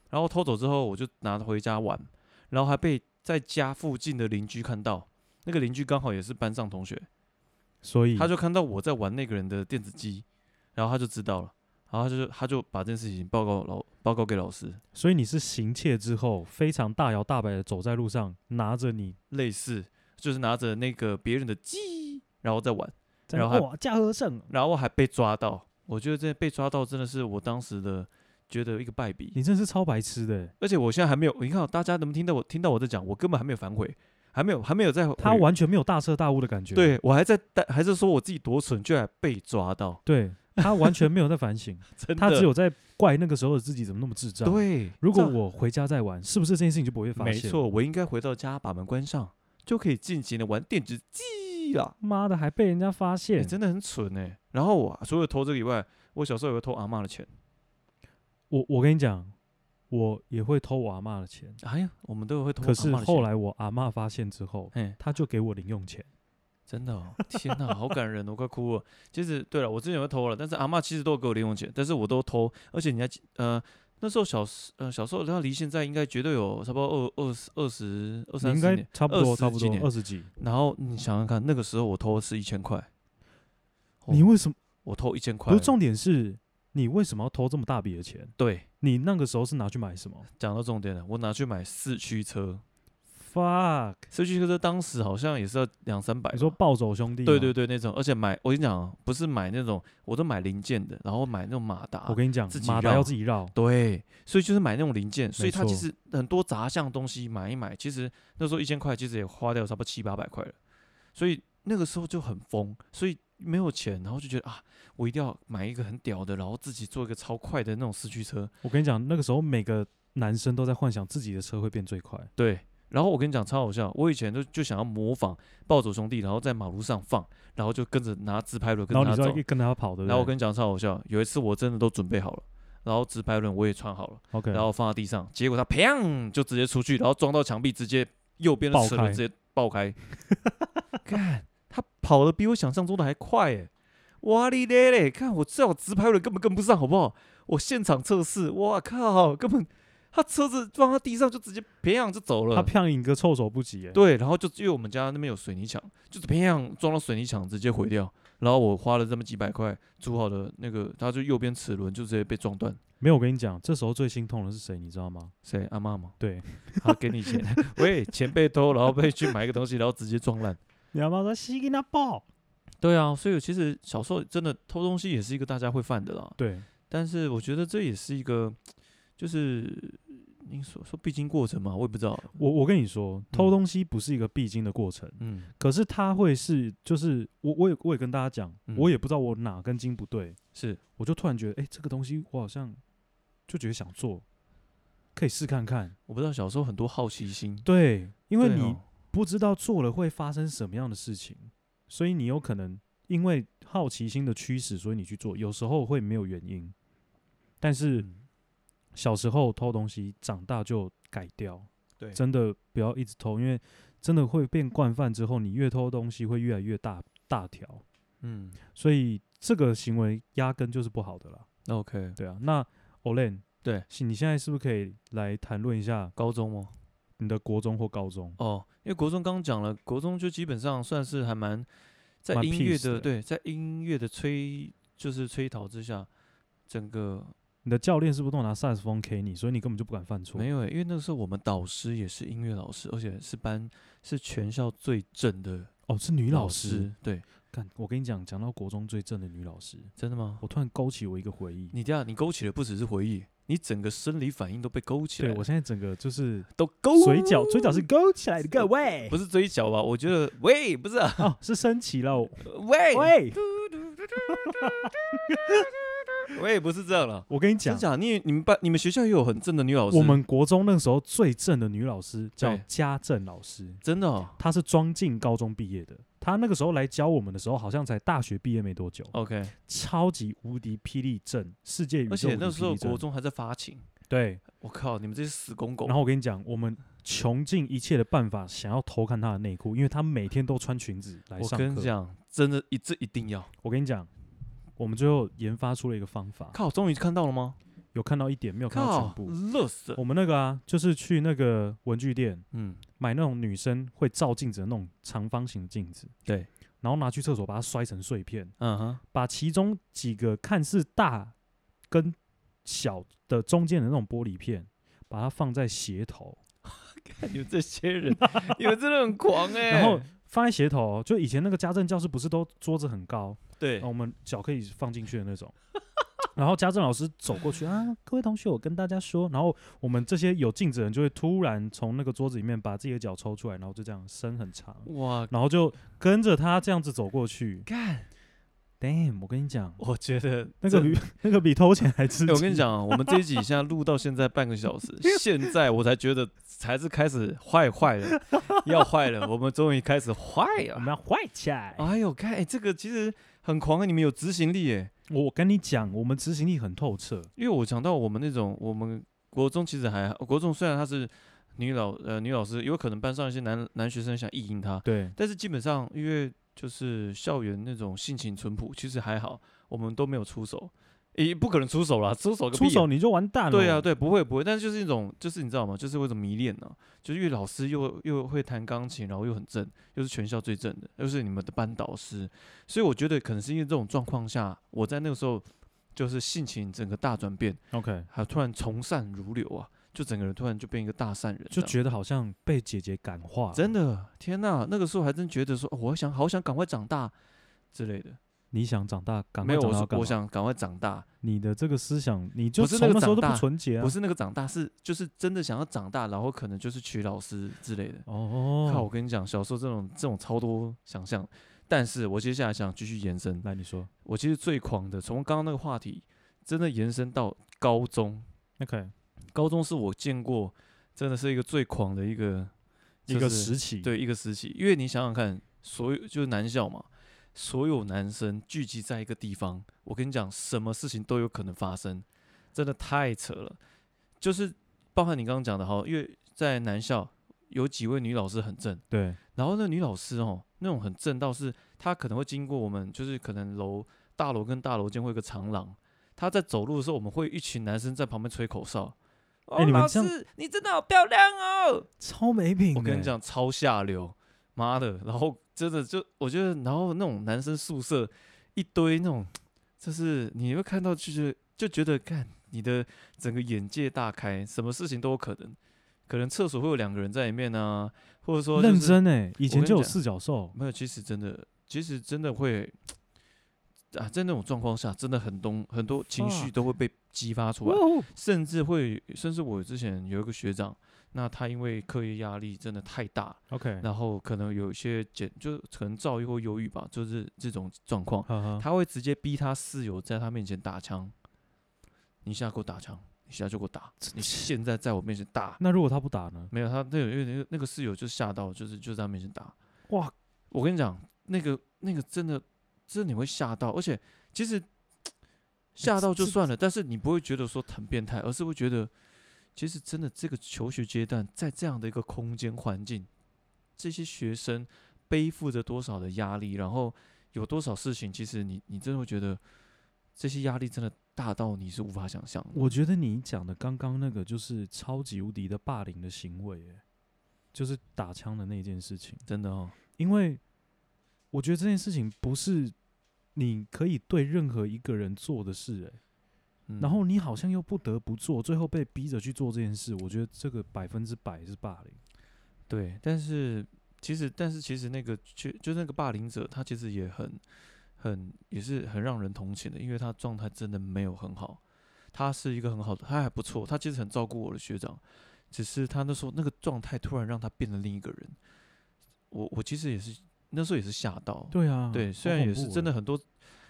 B: 然后偷走之后我就拿回家玩，然后还被在家附近的邻居看到，那个邻居刚好也是班上同学，
A: 所以
B: 他就看到我在玩那个人的电子鸡，然后他就知道了，然后他就他就把这件事情报告老报告给老师，
A: 所以你是行窃之后非常大摇大摆的走在路上，拿着你
B: 类似就是拿着那个别人的鸡然后再玩，
A: 在
B: 然后还
A: 哇驾和尚，
B: 然后还被抓到，我觉得这被抓到真的是我当时的觉得一个败笔。
A: 你真是超白痴的欸，
B: 而且我现在还没有，你看哦大家能不能听到我听到我在讲，我根本还没有反悔，还没有还没有在
A: 他
B: 回
A: 完全没有大彻大悟的感觉，
B: 对我还在但还是说我自己多蠢，居然被抓到，
A: 对，他完全没有在反省，
B: 真的，
A: 他只有在怪那个时候的自己怎么那么智障。，
B: 对，
A: 如果
B: 这样
A: 我回家再玩，是不是这件事情就不会发现？
B: 没，错，我应该回到家把门关上，就可以尽情的玩电子鸡了。
A: 妈的还被人家发
B: 你、
A: 现，
B: 真的很蠢哎、然后我除了偷这个以外，我小时候也会偷阿嬷的钱。
A: 我我跟你讲，我也会偷我阿嬷的钱，
B: 哎呀，我们都会偷阿
A: 可
B: 嬷的
A: 是
B: 钱。
A: 后，来我阿嬷发现之后，
B: 哎，
A: 他就给我零用钱。
B: 真的、哦， 天哪，好感人，我快哭了。其实，对了，我之前会偷了，但是阿嬷其实都有给我零用钱，但是我都偷，而且你还记呃那时候小时呃小时候，然离现在应该绝对有差不多二二十二十二
A: 你
B: 三
A: 应
B: 十
A: 该
B: 年。
A: 差不多，
B: 20
A: 差不
B: 几
A: 多
B: 年
A: 二十几。
B: 然后你想想看，那个时候我偷的是一千块，哦
A: 你为什么？
B: 我偷一千块
A: 不
B: 了，
A: 是重点是，你为什么要偷这么大笔的钱？
B: 对，
A: 你那个时候是拿去买什么
B: 讲到重点了，我拿去买四驱车，
A: ？fuck！
B: 四驱车当时好像也是要两三百吧。
A: 你说暴走兄弟？
B: 哎对对，对，那种，而且买我跟你讲啊，不是买那种，我都买零件的，然后买那种马达，
A: 我跟你讲
B: 啊自，己
A: 马达
B: 绕
A: 要自己绕。
B: 对，所以就是买那种零件，所以它其
A: 错
B: 实很多杂项东西买一买，其实那时候一千块其实也花掉差不多七八百块了，所以那个时候就很疯，所以没有钱，然后就觉得啊，我一定要买一个很屌的，然后自己做一个超快的那种四驱车，
A: 我跟你讲，那个时候每个男生都在幻想自己的车会变最快。
B: 对。然后我跟你讲超好笑，我以前就就想要模仿暴走兄弟，然后在马路上放，然后就跟着拿自拍轮跟
A: 然
B: 着
A: 后
B: 他
A: 你就
B: 走
A: 要。跟他跑，对不对？
B: 然后我跟你讲超好笑，有一次我真的都准备好了，然后直排轮我也穿好了，
A: OK，
B: 然后放在地上，结果他砰就直接出去，然后撞到墙壁，直接右边的
A: 爆
B: 齿轮
A: 开
B: 直接爆 开。看他跑的比我想象中的还快哎！哇哩咧嘞，看我这直排轮根本跟不上，好不好？我现场测试，哇靠，根本他车子放在地上就直接砰就走了。
A: 他啪一个措手不及，哎，
B: 对，然后就因为我们家那边有水泥墙，就是砰撞到水泥墙直接毁掉，然后我花了这么几百块租好的那个，他就右边齿轮就直接被撞断。
A: 没有，我跟你讲，这时候最心痛的是谁，你知道吗？
B: 谁？阿妈吗？
A: 对，
B: 他给你 钱，喂，钱被偷，然后被去买一个东西，然后直接撞烂。
A: 你阿妈说西给他爆。
B: 对啊，所以其实小时候真的偷东西也是一个大家会犯的啦。
A: 对，
B: 但是我觉得这也是一个，就是您所说必经过程嘛，我也不知道。
A: 我我跟你说，偷东西不是一个必经的过程，
B: 嗯，
A: 可是它会是，就是我我也我也跟大家讲，
B: 嗯
A: 我也不知道我哪根筋不对，
B: 是
A: 我就突然觉得，哎、这个东西我好像就觉得想做，可以试看看。
B: 我不知道小时候很多好奇心，
A: 对，因为
B: 对
A: 你
B: 哦
A: 不知道做了会发生什么样的事情，所以你有可能因为好奇心的驱使，所以你去做，有时候会没有原因。但是
B: 嗯
A: 小时候偷东西，长大就改掉。
B: 对
A: 真的不要一直偷，因为真的会变惯犯之后，你越偷东西会越来越大大条，
B: 嗯
A: 所以这个行为压根就是不好的啦。
B: ，OK，
A: 对啊，那 Olen，
B: 对，
A: 是你现在是不是可以来谈论一下
B: 高中哦吗？
A: 你的国中或高中？
B: 哦，因为国中刚刚讲了，国中就基本上算是还蛮在
A: 蛮
B: 音乐
A: peace 的
B: 的，对，在音乐的吹就是吹陶之下，整个
A: 你的教练是不是都拿萨克斯风 K 你，所以你根本就不敢犯错？
B: 没有诶、欸因为那个时候我们导师也是音乐老师，而且是班是全校最正的
A: 哦，是女老师。，
B: 对，
A: 看，我跟你讲，讲到国中最正的女老师，
B: 真的吗？
A: 我突然勾起我一个回忆。
B: 你这样，你勾起的不只是回忆，你整个生理反应都被勾起来
A: 对
B: 了，
A: 我现在整个就是
B: 都勾
A: 嘴角，嘴角是勾起来的，各位
B: 哦不是嘴角吧？我觉得喂，不是、啊、
A: 哦，是升旗了，
B: 喂
A: 喂。
B: 喂，不是这样了。
A: 我跟你
B: 真
A: 讲，
B: 假？你你们班你们学校也有很正的女老师？
A: 我们国中那时候最正的女老师叫
B: 对
A: 家政老师，
B: 真的、哦、
A: 她是庄敬高中毕业的。她那个时候来教我们的时候，好像才大学毕业没多久，
B: OK，
A: 超级无敌霹雳正，世界宇宙
B: 而且那时候
A: 无敌霹雳正
B: 国中还在发情，
A: 对。
B: 我靠，你们这些死公狗
A: 然！后我跟你讲，我们穷尽一切的办法想要偷看她的内裤，因为她每天都穿裙子来
B: 我
A: 上
B: 跟你
A: 课。啊
B: 讲，真的，一这一定要
A: 我跟你讲，我们最后研发出了一个方法，
B: 靠！终于看到了吗？
A: 有看到一点，没有看到全
B: 靠，
A: 部。
B: 乐死了！
A: 我们那个啊，就是去那个文具店，
B: 嗯，
A: 买那种女生会照镜子的那种长方形的镜子，
B: 对，
A: 然后拿去厕所把它摔成碎片，
B: 嗯哼，
A: 把其中几个看似大跟小的中间的那种玻璃片，把它放在鞋头，
B: 你们这些人，你们真的很狂哎、
A: 然后放在鞋头哦，就以前那个家政教室不是都桌子很高，
B: 对
A: 然后我们脚可以放进去的那种。 然后家政老师走过去啊，各位同学，我跟大家说，然后我们这些有镜子的人就会突然从那个桌子里面把自己的脚抽出来，然后就这样伸很长，
B: 哇，
A: 然后就跟着他这样子走过去。
B: 干！
A: Damn，我跟你讲，
B: 我觉得
A: 那
B: 这
A: 个比 那个比偷钱还刺
B: 哎
A: 激。
B: 我跟你，讲啊，我们 这一集现在录到现在半个小时，现在我才觉得才是开始坏坏了，要坏了，我们终于开始坏
A: 我
B: 了
A: 们。要坏起来。
B: 哎呦，看、哎这个其实很狂啊，你们有执行力哎，
A: 我跟你讲，我们执行力很透彻。
B: 因为我想到我们那种我们国中其实还国中虽然她是女老呃女老师，有可能班上一些男男学生想意淫她，
A: 对，
B: 但是基本上因为就是校园那种性情淳朴，其实还好，我们都没有出手，也不可能出手啦，出手个屁
A: 出
B: 啊
A: 手哦你就完蛋了。
B: 对啊，，对，不会不会，但是就是一种，就是你知道吗？就是为什么迷恋呢、就是因为老师又又会弹钢琴，然后又很正，又是全校最正的，又是你们的班导师，所以我觉得可能是因为这种状况下，我在那个时候就是性情整个大转变，
A: OK，
B: 还突然从善如流啊，就整个人突然就变一个大善人
A: 就
B: 这样，
A: 觉得好像被姐姐感化。
B: 真，的天呐，那个时候还真觉得说，哦我想好想赶快长大之类的，
A: 你想长大，赶快
B: 没有，
A: 长
B: 我
A: 大要
B: 说
A: 干嘛
B: 我想赶快长大，
A: 你的这个思想，你就
B: 不是
A: 从
B: 那
A: 那
B: 个
A: 时候都
B: 长
A: 不
B: 大
A: 纯洁啊。
B: 不是那个长大，是就是真的想要长大，然后可能就是娶老师之类的。靠，我
A: 哦，
B: 跟你讲，小时候这种这种超多想象，但是我接下来想继续延伸。
A: 来你说
B: 我其实最狂的，从刚刚那个话题，真的延伸到高中。
A: ，OK，
B: 高中是我见过，真的是一个最狂的一个
A: 一个
B: 就是
A: 时期，，
B: 对一个时期。因为你想想看，所有就是男校嘛，所有男生聚集在一个地方，我跟你讲，什么事情都有可能发生，真的太扯了。就是包含你刚刚讲的哈，因为在男校有几位女老师很正。
A: 对，
B: 然后那女老师哦，那种很正到是，她可能会经过我们，就是可能楼大楼跟大楼间会有个长廊，她在走路的时候，我们会有一群男生在旁边吹口哨。哦，
A: 哎你们
B: 老
A: 这样
B: 师，你真的好漂亮哦！
A: 超没品欸
B: 我跟你
A: 的，
B: 讲，超下流，妈的！然后真的就我觉得，然后那种男生宿舍一堆那种，就是你会看到就是就觉得，看你的整个眼界大开，什么事情都有可能，可能厕所会有两个人在里面啊，或者说、就是、
A: 认真哎，以
B: 我
A: 前
B: 跟
A: 就
B: 你
A: 有
B: 讲
A: 四角兽，
B: 没有，其实真的，其实真的会啊，在那种状况下，真的很多很多情绪
A: Fuck
B: 都会被激发出
A: 哇
B: 来，
A: 哦
B: 甚至会，甚至我之前有一个学长，那他因为课业压力真的太大，
A: ，OK，
B: 然后可能有一些简，就是可能躁郁或忧郁吧，就是这种状况，
A: 哈哈，
B: 他会直接逼他室友在他面前打枪，你现在给我打枪，你现在就给我打，你现在在我面前打。
A: 那如果他不打呢？
B: 没有，他那个因为那个那个室友就吓到，就是就在他面前打，
A: 哇，
B: 我跟你讲，那个那个真的，真的你会吓到，而且其实吓到就
A: 这
B: 算了，但是你不会觉得说很变态，而是会觉得，其实真的这个求学阶段，在这样的一个空间环境，这些学生背负着多少的压力，然后有多少事情，其实你你真的会觉得，这些压力真的大到你是无法想象的。
A: 我觉得你讲的刚刚那个就是超级无敌的霸凌的行为、欸，就是打枪的那件事情。
B: 真的哦，
A: 因为我觉得这件事情不是你可以对任何一个人做的事、欸，
B: 嗯
A: 然后你好像又不得不做，最后被逼着去做这件事，我觉得这个百分之百是霸凌。哦
B: 对，但是其实，但是其实那个就就那个霸凌者，他其实也很很也是很让人同情的，因为他状态真的没有很好，他是一个很好的，他还不错，他其实很照顾我的学长，只是他那时候那个状态突然让他变成另一个人，我我其实也是那时候也是吓到，
A: 对啊，
B: 对，
A: 好
B: 虽然
A: 恐
B: 也是
A: 怖
B: 真的
A: 欸
B: 很多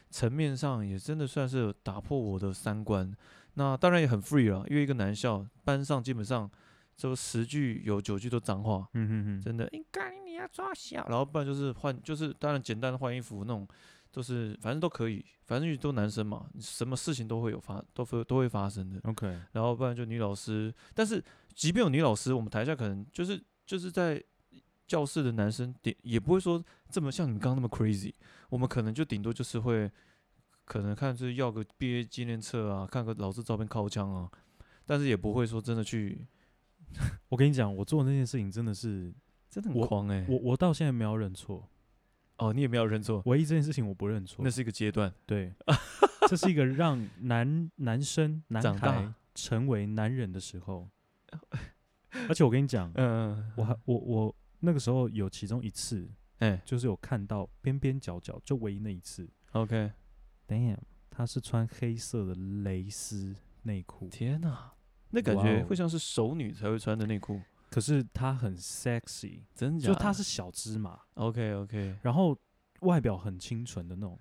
B: 层面上也真的算是打破我的三观。那当然也很 free 了，因为一个男校班上基本上就十句有九句都脏话，
A: 嗯哼哼，
B: 真的，应该你要抓小，然后不然就是换，就是当然简单的换衣服那种，就是反正都可以，反正都男生嘛，什么事情都会有发，都会都会发生的。
A: OK，
B: 然后不然就女老师，但是即便有女老师，我们台下可能就是就是在教室的男生顶也不会说这么像你们刚刚那么 crazy，我们可能就顶多就是会可能看是要个毕业纪念册啊，看个老师照片靠枪啊，但是也不会说真的去，
A: 我跟你讲，我做那件事情真的是，
B: 真的
A: 我
B: 很狂哎、
A: 我我到现在没有认错，
B: 哦，你也没有认错，
A: 唯一这件事情我不认错
B: 那，是一个阶段。
A: 对，这是一个让男男生男
B: 长大欸
A: 孩成为男人的时 候。而且我跟你讲，
B: 嗯，
A: 我还我我那个时候有其中一次，
B: 哎、
A: 就是有看到边边角角，就唯一那一次。
B: OK，
A: Damn，他是穿黑色的蕾丝内裤，
B: 天哪，那感
A: 哇
B: 觉
A: 哦
B: 会像是熟女才会穿的内裤，
A: 可是他很 sexy，
B: 真假
A: 就
B: 的？
A: 他是小芝麻，
B: OK OK，
A: 然后外表很清纯的那种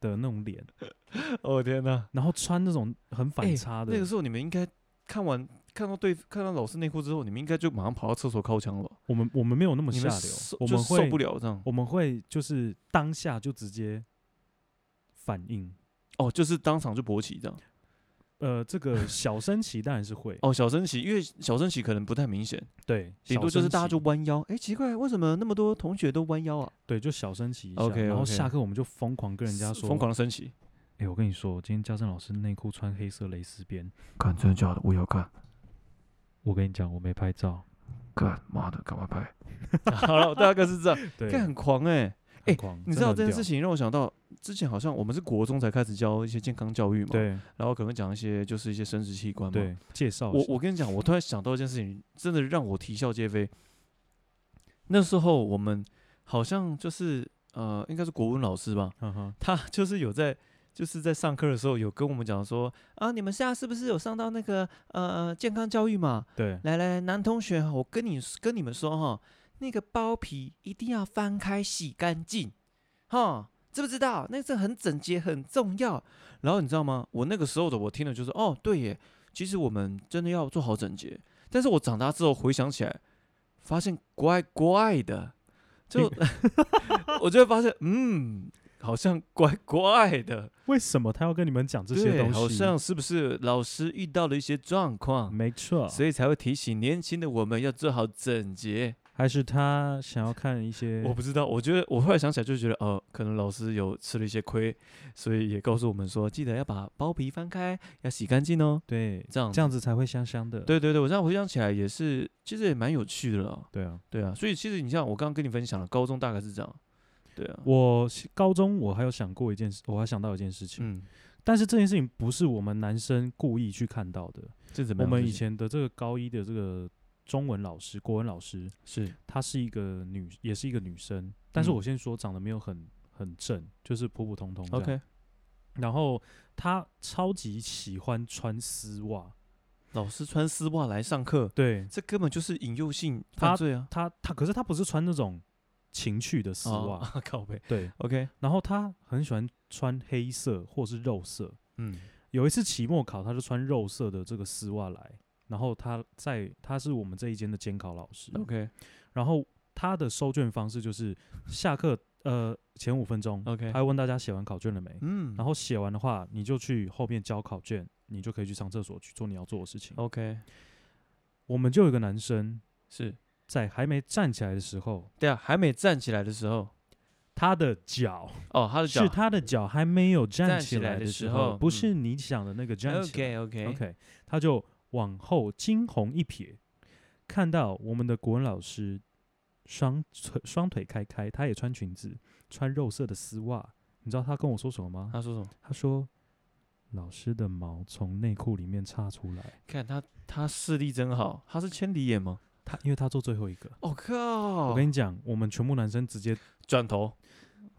A: 的那种脸，
B: 哦天哪，
A: 然后穿那种很反
B: 哎
A: 差的。
B: 那个时候你们应该看完看到对看到老师内裤之后，你们应该就马上跑到厕所靠墙了吧？
A: 我们我们没有那么
B: 你
A: 下
B: 们
A: 流
B: 受，
A: 我
B: 就
A: 们
B: 受
A: 会
B: 不了这样。
A: 我们会就是当下就直接反应。
B: 哦，就是当场就勃起这样。
A: 呃，这个 小升旗当然是会，
B: 哦，小升旗，因为小升旗可能不太明显，
A: 对，
B: 顶
A: 小
B: 多就是
A: 升
B: 大家就
A: 旗
B: 弯腰。哎，奇怪，为什么那么多同学都弯腰啊？
A: 对，就小升旗一下。
B: OK，
A: 然后
B: OK
A: 下课我们就疯狂跟人家
B: 是
A: 说，
B: 疯狂的升旗。
A: 哎、我跟你说，今天家政老师内裤穿黑色蕾丝边，
B: 看，真的假的？我要看。
A: 我跟你讲，我没拍照。
B: 看，妈的，赶快拍。 好了，大概是这样。
A: 对，
B: 看，很狂哎、
A: 很
B: 哎
A: 狂
B: 你
A: 真的
B: 知道
A: 很
B: 这件
A: 屌
B: 事？情让我想到，之前好像我们是国中才开始教一些健康教育嘛，，
A: 对
B: 然后可能讲一些就是一些生殖器官嘛，
A: 对，介绍一
B: 我
A: 下
B: 我跟你讲，我突然想到一件事情，真的让我啼笑皆非。那时候我们好像就是呃，应该是国文老师吧，
A: 哈哈，
B: 他 就是有在就是在上课的时候有跟我们讲说啊，你们现在是不是有上到那个呃健康教育嘛？
A: 对，
B: 来来，男同学哈，我跟你跟你们说哈，那个包皮一定要翻开洗干净，哈，知不知道？那是很整洁很重要。然后你知道吗？我那个时候的我听了就是，哦，对耶，其实我们真的要做好整洁。但是我长大之后回想起来，发现国外国外的， 就 我就会发现，嗯，好像怪怪的，
A: 为什么他要跟你们讲这些
B: 对
A: 东西？
B: 好像是不是老师遇到了一些状况？
A: 没错，
B: 所以才会提醒年轻的我们要做好整洁。
A: 还是他想要看一些
B: 我不知道，我觉得我后来想起来就觉得，哦、可能老师有吃了一些亏，所以也告诉我们说，记得要把包皮翻开，要洗干净哦。
A: 对
B: 这样
A: 这样子才会香香的。
B: 对对对，我这样回想起来也是，其实也蛮有趣的啦。
A: 对啊，
B: 对啊，所以其实你像我刚刚跟你分享的，高中大概是这样，对啊，
A: 我是高中我还有想过一件事，我还想到一件事情，
B: 嗯，
A: 但是这件事情不是我们男生故意去看到的。
B: 这怎
A: 我
B: 么样
A: 们
B: 自
A: 以
B: 己
A: 前的这个高一的这个中文老师、国文老师，
B: 是
A: 她是一个女，也是一个女生，但是
B: 嗯
A: 我先说长得没有很很正，就是普普通通这样。
B: OK
A: 然后她超级喜欢穿丝袜，
B: 老师穿丝袜来上课，
A: 对
B: 这根本就是引诱性
A: 他
B: 犯罪啊！
A: 她她，可是她不是穿那种情趣的丝袜，
B: 哦 靠背
A: 对。
B: ，OK，
A: 然后她很喜欢穿黑色或是肉色，
B: 嗯，
A: 有一次期末考，他就穿肉色的这个丝袜来，然后他在他是我们这一间的监考老师
B: OK
A: 然后他的收卷方式就是下课呃前五分钟
B: OK，
A: 他会问大家写完考卷了没，
B: 嗯，
A: 然后写完的话，你就去后面交考卷，你就可以去上厕所去做你要做的事情。
B: OK
A: 我们就有一个男生
B: 是
A: 在还没站起来的时候，
B: 对啊，还没站起来的时候，
A: 他的脚
B: 哦，他的脚
A: 是他的脚还没有站
B: 站
A: 起
B: 起来
A: 来
B: 的
A: 的
B: 时
A: 时
B: 候嗯
A: 不是你想的那个站起来。
B: OK OK
A: OK，他就往后惊鸿一瞥，看到我们的国文老师双腿双腿开开，他也穿裙子，穿肉色的丝袜。你知道他跟我说什么吗？
B: 他说什么？
A: 他说：“老师的毛从内裤里面插出来。
B: 看他他视力真好，他是千里眼吗？”
A: 他因为他做最后一个，
B: 我、哦靠！
A: 我跟你讲，我们全部男生直 接
B: 转头，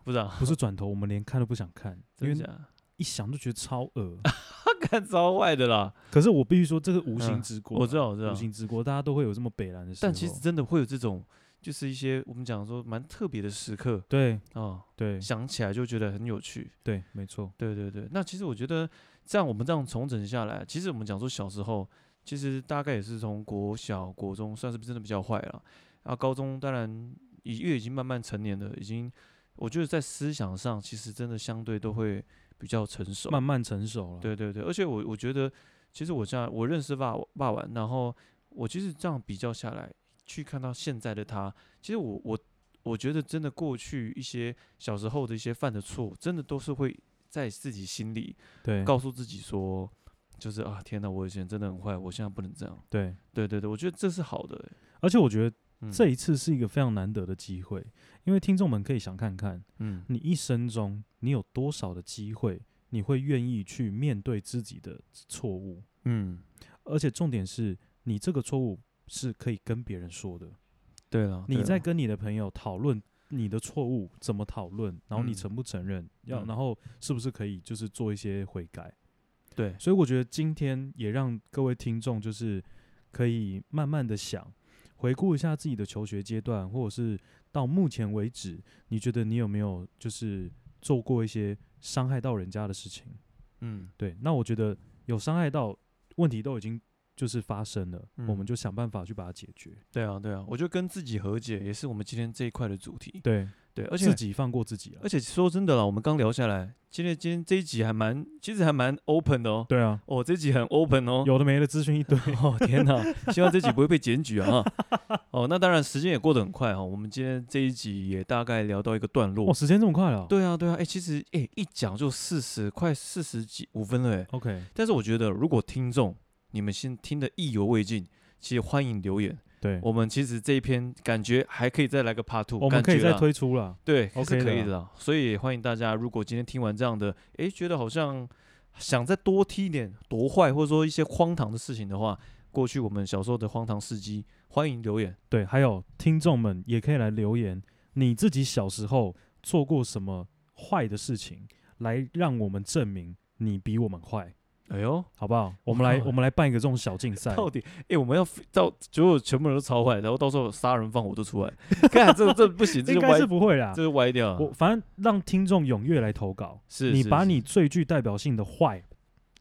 B: 不知 道，
A: 不是转头，我们连看都不想看，因
B: 真的
A: 为
B: 假的？
A: 一想就觉得超 恶。
B: 他看超坏的啦。
A: 可是我必须说，这个无
B: 嗯
A: 形之过啊、
B: 我知道我知道
A: 无形之过，大家都会有这么北蓝的时候。
B: 但其实真的会有这种，就是一些我们讲说蛮特别的时刻
A: 对
B: 哦，
A: 对
B: 想起来就觉得很有趣。
A: 对，没错，
B: 对对对，那其实我觉得这样我们这样重整下来，其实我们讲说小时候，其实大概也是从国小、国中算是真的比较坏了，啊，高中当然已因为已经慢慢成年了，已经我觉得在思想上其实真的相对都会比较成熟。
A: 慢慢成熟了。
B: 对对对，而且我我觉得，其实我这样我认识霸霸晚，然后我其实这样比较下来，去看到现在的他，其实我我我觉得真的过去一些小时候的一些犯的错，真的都是会在自己心里
A: 对，
B: 告诉自己说，就是啊，天哪，我以前真的很坏，我现在不能这样。
A: 对，
B: 对对对，我觉得这是好的、欸
A: 而且我觉得
B: 嗯
A: 这一次是一个非常难得的机会，因为听众们可以想看看，
B: 嗯
A: 你一生中你有多少的机会，你会愿意去面对自己的错误，
B: 嗯，
A: 而且重点是你这个错误是可以跟别人说的，
B: 对了，
A: 你
B: 哦对啊
A: 在
B: 了
A: 跟你的朋友讨论。你的错误怎么讨论？然后你
B: 嗯
A: 承不承认？要
B: 嗯
A: 然后是不是可以就是做一些悔改？
B: 对
A: 所以我觉得今天也让各位听众就是可以慢慢的想，回顾一下自己的求学阶段，或者是到目前为止，你觉得你有没有就是做过一些伤害到人家的事情？
B: 嗯
A: 对，那我觉得有伤害到，问题都已经就是发生了，我们
B: 嗯
A: 就想办法去把它解决。
B: 对啊对啊，我觉得跟自己和解也是我们今天这一块的主题。
A: 对，
B: 对，而且
A: 自己放过自己了
B: 而。且说真的啦，我们刚聊下来，今天今天这一集还蛮，其实还蛮 open 的哦。
A: 对啊，
B: 哦，这集很 open 哦。
A: 有的没的资讯一堆。
B: 哦，天哪！希望这集不会被检举啊！哈哦，那当然，时间也过得很快哦。我们今天这一集也大概聊到一个段落。
A: 哦，时间这么快了、
B: 对啊，对啊，哎，其实哎，一讲就四十，快四十几五分了哎。
A: ，OK，
B: 但是我觉得，如果听众你们先听得意犹未尽，其实欢迎留言。
A: 对，
B: 我们其实这一篇感觉还可以再来个 part two，
A: 我们可以
B: 感觉
A: 再
B: 啦
A: 推出了。
B: 对
A: OK
B: 是可
A: 的
B: 以
A: 啦
B: 的啦。所以也欢迎大家，如果今天听完这样的，诶，觉得好像想再多听一点多坏，或者说一些荒唐的事情的话，过去我们小时候的荒唐事迹，欢迎留言。
A: 对，还有听众们也可以来留言，你自己小时候做过什么坏的事情，来让我们证明你比我们坏，
B: 哎呦，
A: 好不好？我们来
B: 哇
A: 我们来办一个这种小竞赛，
B: 到底诶，我们要到结果全部人都超坏，然后到时候杀人放火都出来，看这这不行，这
A: 应
B: 就
A: 该
B: 歪
A: 是，不会啦
B: 这。就歪掉
A: 我
B: 了。
A: 反正让听众踊跃来投稿，
B: 是
A: 你
B: 是
A: 把
B: 是
A: 你最具代表性的坏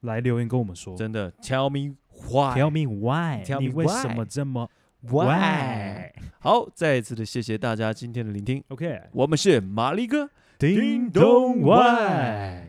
A: 来留言跟我们说。
B: 真的 tell me why
A: Tell me why，
B: Tell
A: 你
B: me
A: 为什
B: why
A: 么这么
B: why 好，再一次的谢谢大家今天的聆听，
A: ？OK，
B: 我们是马力哥。
A: 叮咚
B: 咚 why
A: why。